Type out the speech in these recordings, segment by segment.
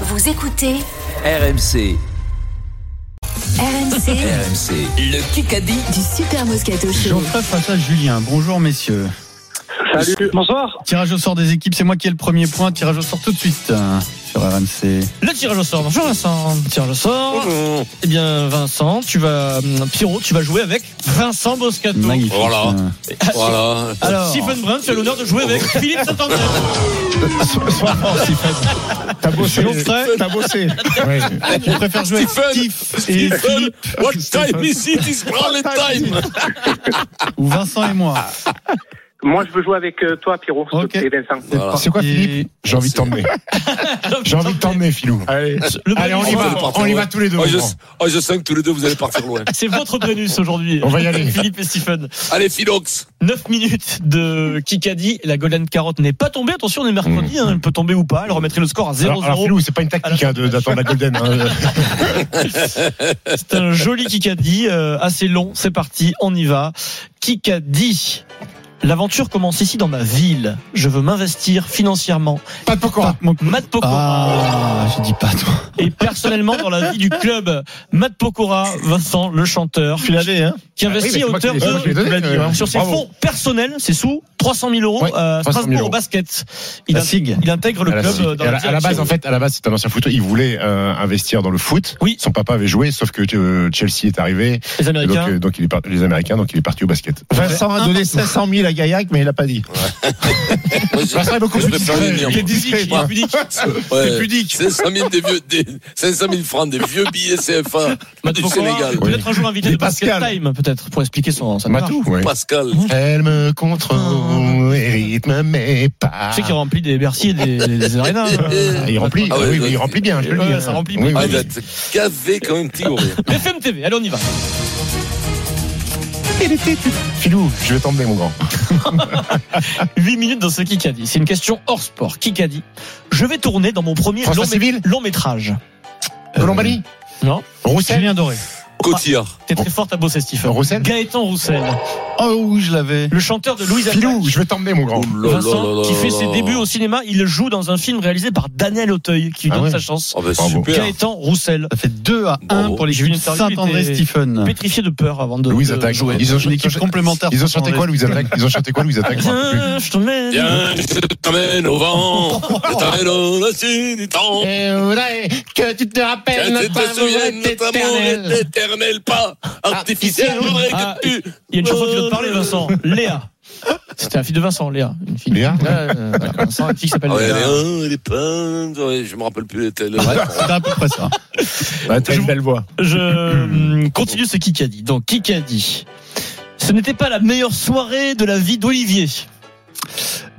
Vous écoutez RMC, RMC RMC, le Kikadi. du Super Moscato Show. Geoffrey face à Julien. Bonjour messieurs. Salut. Bonsoir. Tirage au sort des équipes, c'est moi qui ai le premier point. Tirage au sort tout de suite euh, sur RMC. Le tirage au sort. Bonjour Vincent. Tirage au sort. Eh bien Vincent, tu vas hum, Pierrot, tu vas jouer avec Vincent Boscato. Magnifique. Voilà. Euh, Ah, Voilà. Alors, Stephen Brun, tu as l'honneur de jouer avec Oh. Philippe Saint-André. Sois fort, Stephen. T'as bossé. Geoffrey, t'as bossé. Tu préfères jouer avec Stephen. Steve et Philippe What time is it? It's probably time. ou Vincent et moi. Moi, je veux jouer avec euh, toi, Pierrot, s'il te Ok. plaît, Vincent. Voilà. C'est quoi, Philippe J'ai envie de t'emmener. J'ai envie de t'emmener, Philou. Allez, Le Allez, on bonus, Ah, y va. partir On y loin. va tous les deux. Oh, je, Laurent. oh, je sens que tous les deux, vous allez partir loin. C'est votre bonus aujourd'hui. On va y aller. Philippe et Stephen. Allez, Philox. 9 minutes de Kikadi. La Golden Carotte n'est pas tombée. Attention, on est mercredi. hein, elle peut tomber ou pas. Elle remettrait le score à 0-0. Mm. Alors, alors, Philou, c'est pas une tactique hein, de- d'attendre la Golden. hein. C'est un joli Kikadi, euh, assez long. C'est parti, on y va. Kikadi. L'aventure commence ici dans ma ville. Je veux m'investir financièrement. Pas de pourquoi. Matt Pokora. Ah, je dis pas toi. Et personnellement dans la vie du club, Matt Pokora, Vincent, le chanteur, Tu l'avais, hein qui Ah oui, mais investit c'est à moi qui hauteur l'ai- c'est moi qui l'ai de donné, tu l'as dit, euh, sur ses bravo. fonds personnels, c'est sous 300 000 euros Ouais, à 300 000 Strasbourg au euros. basket. Il, La a- SIG. il intègre le À la, club euh, dans à la la- à la base, direction. en fait, à la base, c'est un ancien football. Il voulait euh, investir dans le foot. Oui. Son papa avait joué, sauf que euh, Chelsea est arrivé. les Et Donc, Américains. euh, donc il est par- les Américains, donc il est parti au basket. Vincent a donné 500 000 à Gaillac, mais il a pas dit. Moi, je- Vincent est beaucoup je plus vais faire discret. venir, Il est moi. discret. Il est pudique. Ouais. C'est pudique. 500 000, des vieux, des, 500 000 francs, des vieux billets CFA Matt du Pokora, Sénégal. peut-être un jour invité Et de Basket Pascal. Time, peut-être, pour expliquer son, sa démarche. Matou, ouais. Pascal. Elle me contrôle et rythme, mais pas. Tu sais qu'il remplit des Bercy et des, des arénas. hein. Ah, Il remplit, Ah ouais, Ah oui, ouais. il remplit bien, je peux le Ouais, dire. ça remplit bien. Oui, Ah, oui. il va être gavé comme un petit gorille. BFM TV, allez on y va. Philou, je vais t'emmener, mon grand. 8 minutes dans ce Kikadi. C'est une question hors sport. Kikadi. Je vais tourner dans mon premier long, François Civil long métrage. euh, Colombani Non Euh, Roussel Julien Doré. Cotillard. T'es très forte à bosser, Stephen. Oh. Roussel Gaëtan Roussel. Oh oui, je l'avais. Le chanteur de Louise Attaque. Philou, je vais t'emmener, mon grand. Oh là là là Vincent, là qui fait là ses là. débuts au cinéma, il joue dans un film réalisé par Daniel Auteuil, qui lui Ah donne ouais. sa chance. Oh, bah, Bravo. super. Gaëtan Roussel. Ça fait 2 à 1 Bravo. pour J'ai vu l'équipe une interview, il était- Saint-André-Stephen. Pétrifié de peur avant de, Louise de Attaque. jouer. Ils ont, Une équipe complémentaire. ils ont chanté quoi, Louise Attaque Ils ont chanté quoi, Louise Attaque Viens, je t'emmène. Viens, je t'amène au vent. Je t'amène au-dessus du temps. Que tu te rappelles Que tu te souviennes, notre amour est éternel, pas artificiel. Faudrait Ah, que tu- Oh, Il y a une chanson qui doit te parler, Vincent. Léa. C'était la fille de Vincent, Léa. Une fille. Léa Ouais, euh, voilà, Vincent, une fille qui s'appelle Ah ouais, Léa. les uns, les pins, ouais, je me rappelle plus les tels. C'est à peu près ça. T'as une belle voix. Je euh, continue ce Kikadi. Donc, Kikadi. Ce n'était pas la meilleure soirée de la vie d'Olivier.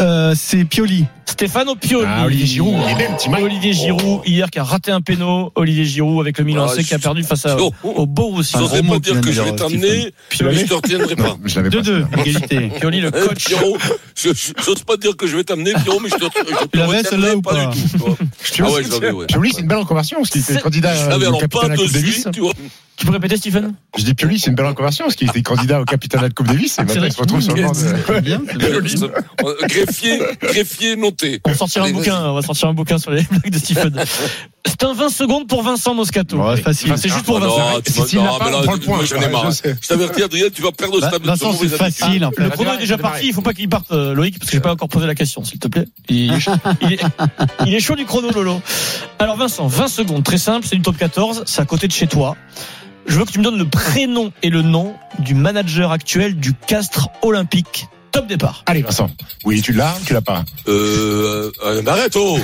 Euh, c'est Pioli. Stefano Pioli. Ah, Olivier Giroud, il est bien, petit Mike. Olivier Giroud, hier, qui a raté un péno. Olivier Giroud avec le Milan Ah, AC qui a je- perdu face à, Oh, oh, au Borussia. Un J'osais gros mot pas que tu viens dire que de je dire, vais t'emmener, mais je te retiendrai pas. Non, je l'avais pas. 2-2, égalité. Pioli, le Hein, coach. Pierrot, je- je- j'ose pas dire que je vais t'amener, Pierrot, mais je te, je te Tu l'avais, celle-là, retiendrai ou pas pas du tout. toi. Je Ah ouais, je l'avais, ouais. Pioli, c'est une belle reconversion, parce qu'il était C'est- candidat Je euh, l'avais, au alors pas capitaine à de la Coupe Davis. suite, tu vois. Tu peux répéter, Stephen Je dis Pioli, c'est une belle reconversion, parce qu'il était candidat au capitaine à la Coupe Davis, et maintenant vrai. il se retrouve sur le banc de- Ah, C'est bien. Euh, Greffier, greffier noté. On sortira un Allez, bouquin, on va sortir un bouquin sur les blagues de Stephen. C'est un 20 secondes pour Vincent Moscato. Ouais, facile. Enfin, c'est juste pour Ah, non, Vincent. tu Si vas- s'il non, l'a pas, mais là, on prend le point. moi, j'en ai marre. Je sais. Je t'avertis, Adrien, tu vas perdre ce Va- tab- Vincent, ce c'est mauvais habitude. facile en fait. Le chrono est déjà parti, il faut pas qu'il parte, euh, Loïc, parce que j'ai pas encore posé la question, s'il te plaît. Il est, chaud, il est- il est chaud du chrono, Lolo. Alors Vincent, 20 secondes, très simple, c'est du top 14, c'est à côté de chez toi. Je veux que tu me donnes le prénom et le nom du manager actuel du Castre Olympique. Top départ. Allez, Vincent. Oui, tu l'as, tu l'as pas. Euh, euh, mais arrête, oh!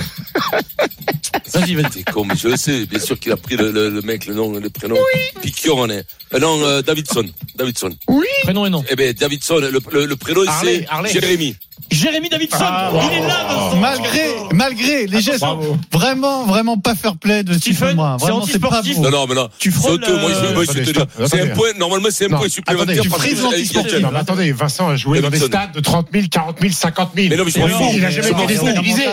Vas-y, vas-y. T'es con, mais je le sais, bien sûr qu'il a pris le, le- le mec, le nom, le prénom. Piquion, on est. Euh, non, euh, Davidson. Davidson. Prénom et nom. Eh ben, Davidson, le, le, le prénom, Harley, c'est Harley. Jérémy. Jérémy Davidson, Ah, il est là, bravo. Vincent. Malgré, malgré les gestes vraiment, vraiment pas fair play de Stephen Stephen, Brun. c'est Vraiment, c'est pas anti-sportif. beau. Non, non, mais là. Tu frôles, saute, moi, je, euh, moi, je attendez, te dis. attendez, C'est un attendez. point, normalement, c'est un Non, point supplémentaire attendez, par tu frises rapport à- l'antisportif. à- à- Non, mais attendez, Vincent a joué Et dans des Watson. stades de 30 000, 40 000, 50 000. Mais non, mais je Et m'en lui, fous. Il a jamais Je m'en été fous. déstabilisé. Ouais,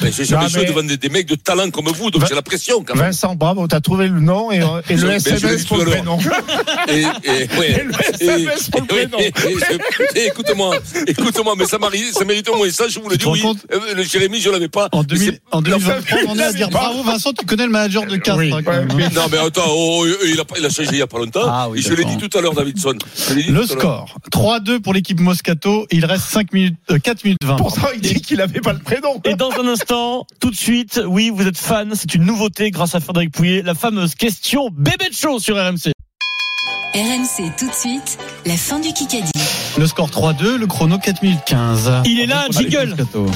mais j'ai jamais Non, joué mais- devant des, des mecs de talent comme vous, donc j'ai la pression quand même. Vincent, bravo, t'as trouvé le nom et, euh, et Je- mais je l'ai dit tout à l'heure. Et, et, ouais. Et le SMS pour le prénom. et- et- et- et- écoute-moi, écoute-moi, mais ça mari- ça méritait au moins ça, je vous le Tu dis. te Oui. rends compte Euh, Le Jérémy, je l'avais pas. En, Mais 2000, en 2023, on en est à se dire Pas- bravo Vincent, tu connais le manager de Castres. Oui, hein, quand ouais, même, hein. mais- c'est- Non, mais attends, oh, oh, il, a, pas- il a changé il y a pas longtemps. Ah oui, et je l'ai d'accord. dit tout à l'heure, Davidson. Je l'ai dit Le tout à l'heure. score 3-2 pour l'équipe Moscato. Il reste 5 minutes, euh, 4 minutes 20. Pourtant, il dit qu'il avait pas le prénom. Et dans un instant, tout de suite, oui, vous êtes fan, c'est une nouveauté grâce à Frédéric Pouillet, la fameuse question bébé de show sur RMC. RMC tout de suite, la fin du Kikadi. Le score 3-2, le chrono 4 minutes 15. Il est là, Pour l'équipe jingle. Moscato.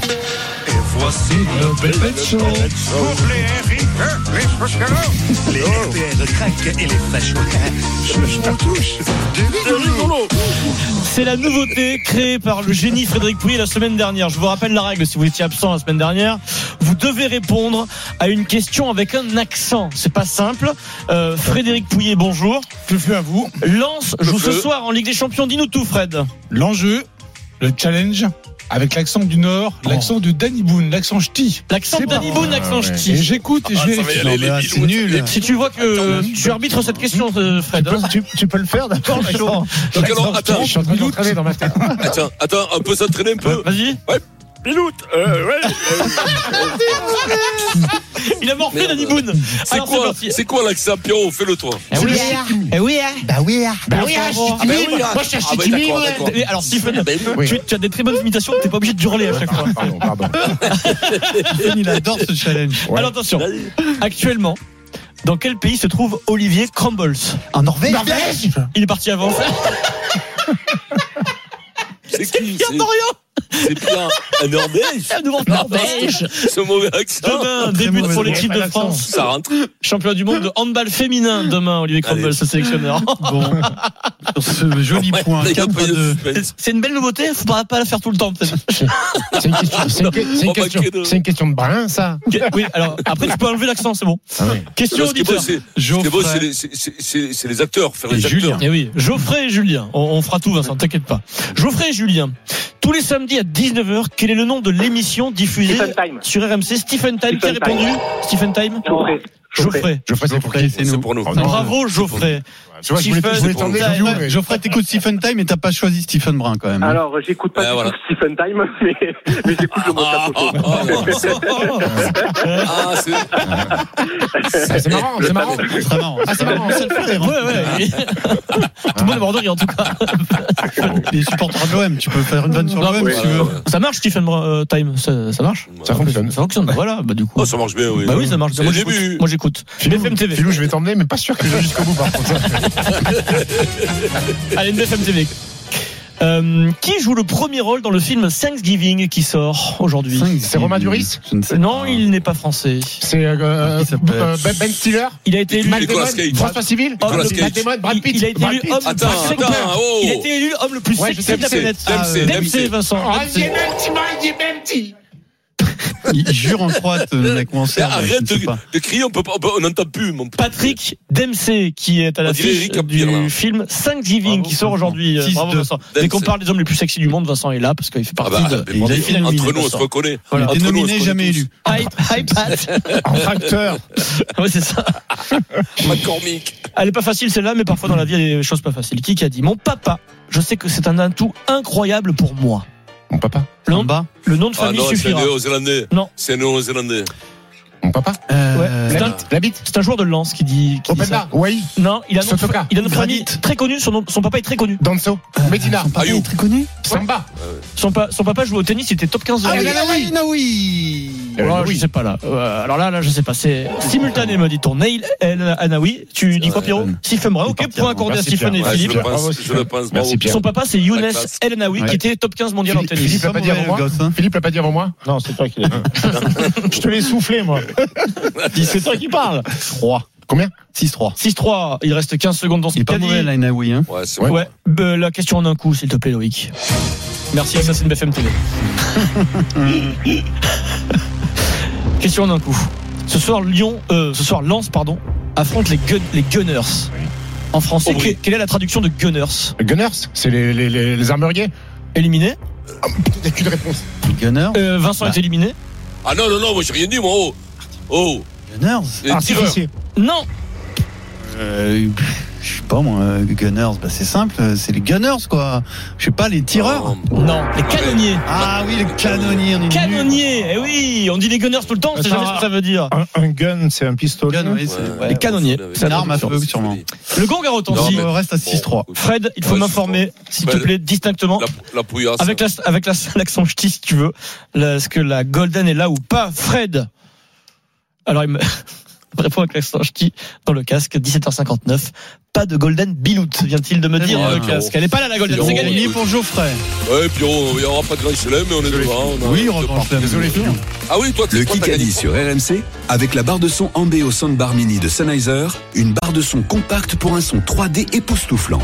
C'est la nouveauté créée par le génie Frédéric Pouillet la semaine dernière. Je vous rappelle la règle si vous étiez absent la semaine dernière. Vous devez répondre à une question avec un accent. C'est pas simple. Euh, Frédéric Pouillet, bonjour. Fluflu à vous. Lance joue ce Feu. soir en Ligue des Champions. Dis-nous tout, Fred. L'enjeu, le challenge, avec l'accent du Nord, l'accent de Danny Boone, l'accent ch'ti. L'accent C'est Danny pas- Boone, l'accent Et ch'ti. j'écoute et je Ah, ça va y vérifie. aller, les bah, bilous, c'est ça- nul. les- Si tu vois que Attends, tu arbitres cette question, euh, Fred. hein. tu, tu peux le faire d'accord Laurent Donc alors, attends, Je suis en train de l'entraîner dans ma tête. attends, attends, on peut s'entraîner un peu. Vas-y. Pilote, euh, ouais. euh, Il a morflé Merde. Danny Boone. c'est Alors c'est quoi, parti. c'est quoi l'accent Pierrot Fais-le toi. Eh oui, hein. Bah oui, ah, bon. Ah, ben oui, ah, ah, ben d'accord, d'accord. Et Eh, Alors Stephen, Ah, ben oui. tu, tu as des très bonnes imitations, t'es pas obligé de hurler à chaque fois. Pardon, pardon. Il adore ce challenge. Ouais. Alors attention, actuellement, dans quel pays se trouve Olivier Crumbles En Norvège Il est parti avant. C'est qui Il y a C'est- C'est Pierre en Norvège devant Norvège. Ce mauvais accent Demain, début mauvais pour nom. l'équipe de Pas France. Ça rentre. Champion du monde de handball féminin demain, Olivier Crumbles, Allez. ce sélectionneur. Bon. Sur ce joli point, Il y a pas de 4-2. suspense. C'est une belle nouveauté, faut pas, pas la faire tout le temps peut-être. C'est une question- c'est une que- c'est une Oh, bah, question- que de- c'est une question de brin, ça. Oui, alors après tu peux enlever l'accent, c'est bon. Ah ouais. Question Parce que bon, auditeur. c'est- parce que bon, c'est Geoffrey. les- c'est- c'est- c'est- c'est les acteurs, faire Et les Julien. acteurs. Eh oui, Geoffrey et Julien. On, on fera tout, Vincent, t'inquiète pas. Geoffrey et Julien. Tous les samedis à 19h, quel est le nom de l'émission diffusée Stephen Time. sur RMC Stephen Time, qui a Stephen Time. répondu Stephen Time Oh. Geoffrey. Geoffrey. Je ferai Geoffrey, c'est C'est nous. pour Oh nous. Bravo Ah, Geoffrey. Tu vois, je voulais, je voulais t'emmener Stephen Julio, Ouais, mais- Geoffrey, t'écoutes Stephen Time et t'as pas choisi Stephen Brun quand même. Alors, j'écoute pas Ah, du voilà. tout Stephen Time, mais, mais j'écoute le mot Ah, ah, ah, Oh, ah, c'est- Ah, C'est marrant, c'est marrant. C'est très marrant. Ah, c'est marrant. Ça le fait rire, Ouais, hein. ouais. Ah. tout le monde est mort de rire, en tout cas. Les supporters de l'OM, tu peux faire une vanne sur Non, l'OM oui. si tu veux. Ça marche, Stephen euh, Time Ça, ça marche Ça fonctionne. Ça fonctionne. Voilà, bah du coup. Oh, ça marche bien, oui. Bah oui, ça marche. C'est Moi le j'écoute. début. Moi, j'écoute. BFM TV. Philou, je vais t'emmener, mais pas sûr que je vais jusqu'au bout, par contre. Allez, BFM TV. Euh, qui joue le premier rôle dans le film Thanksgiving qui sort aujourd'hui C'est Romain Duris Je ne sais Non, pas. il n'est pas français. C'est euh, euh, Qui s'appelle- euh, Ben Ben Stiller Il a été élu. Matt Nicolas Damon Cage. François Civil Homme Nicolas le- Cage. Matt Damon Brad Pitt Il a été Brad élu Pitt. homme le Attends, plus sexy- attends, oh. Il a été élu homme le plus Ouais, je sexy sais, de la je sais. planète. Ah, Dempsey, Dempsey, Dempsey. Ah, Vincent. Oh, Dempsey. j'ai menti, moi, j'ai menti. Il jure en croate, euh, le mec, ou en Mais serbe. je Arrête ne sais de, pas. de crier, on peut pas- on peut- on n'entend plus, mon p- Patrick Dempsey qui est à On dirait l'affiche Eric du Capir, là. film Thanksgiving Bravo, qui sort Vincent. aujourd'hui. Euh, 6-2. Bravo Vincent. Dès qu'on Dempsey. parle des hommes les plus sexy du monde, Vincent est là parce qu'il fait Ah partie bah, de. il mais a bon, été nominé, entre nous, on se Vincent. reconnaît. Voilà, Entre t'es nous, on se nominé, reconnaît jamais élu. Hi, hi, Pat. En facteur. Ouais, c'est ça. tous. McCormick. Elle est pas facile celle-là, mais parfois dans la vie, il y a des choses pas faciles. Qui qui a dit Mon papa, je sais que c'est un atout incroyable pour moi. Mon papa. En bas. Le nom de Ah famille non, c'est un suffira. néo-zélandais. Non. C'est un néo-zélandais. Mon papa. Euh, Ouais. La Putain. bite. La bite. C'est un joueur de lance qui dit. qui dit ça. Openda. Wai. Non, il a un nom de- Sotoka. il a un nom de famille Granit. très connu. Son, nom- son papa est très connu. Danso. Medina. Son papa Ayou. est très connu. Samba. Son, pa- son papa jouait au tennis, il était top 15 de la Ah, Ligue. oui, oui. Oh là, je sais pas là. Euh, alors là, là, je sais pas. C'est simultané, me dit-on. Neil El Anaoui. Tu dis quoi, Pierrot Stephen Brun. Ok, point accordé à Merci, Stephen et Pierre. Ouais, je Philippe. le Bravo, pense, je le Sylvain. pense. Merci, bravo. Pierre. Son papa, c'est Younes La classe. El Anaoui, Ouais. qui était top 15 mondial en Philippe tennis. Philippe l'a pas dit avant moi. Philippe l'a pas dit avant moi. Non, c'est toi qui l'as dit. Je te l'ai soufflé, moi. C'est toi qui parles. 3. Combien 6-3. 6-3, il reste 15 secondes dans ce Il est pas Kikadi. mauvais, l'Ainaoui. Hein. Ouais, c'est Ouais. bon. Ouais, euh, la question en un coup, s'il te plaît, Loïc. Merci, ça c'est une BFM TV. question en un coup. Ce soir, Lyon, euh, ce soir, Lens, pardon, affronte les, gun- les Gunners. En français, Aubry. que- quelle est la traduction de Gunners Le Gunners. C'est les, les, les, les armuriers. Éliminé Il n'y a qu'une réponse. Gunner. Euh, Vincent Bah. est éliminé Ah non, non, non, moi j'ai rien dit, moi. Oh, oh Ah, Gunners. les tireurs. Non Euh, Je sais pas moi, euh, Gunners, bah c'est simple, euh, c'est les Gunners quoi. Je sais pas, les Oh, tireurs. Non, les canonniers. Ah oui, les canonniers. on est nuls. Canonniers, eh oui, on dit les gunners tout le temps, on sait jamais ce que ça veut dire. Un, un gun, c'est un pistolet. Gun, oui, c'est- Ouais. ouais, Les canonniers. C'est une arme à feu, sûrement. Ah, Le gong a Non, retenti. mais- reste à 6-3. Fred, il faut Ouais, m'informer, s'il te Ouais. plaît, distinctement. La, la pouillasse. Avec la, avec la, l'accent ch'ti, si tu veux. Là, Est-ce que la Golden est là ou pas? Fred! Alors, il me répond avec l'accent ch'ti dans le casque, 17h59. Pas de Golden Bilout, vient-il de me dire non, dans le non. casque. Elle est pas là, la Golden, Non. C'est c'est gagné. gagné pour Geoffrey. Ouais, Pierrot, il n'y aura pas de grand chelem, mais on est devant. on a- Oui, deux revanche. points. Pierrot. Ah oui, toi, t'es- Le toi, t'as gagné. Kikadi sur RMC avec la barre de son Ambeo Soundbar Mini de Sennheiser, une barre de son compacte pour un son 3D époustouflant.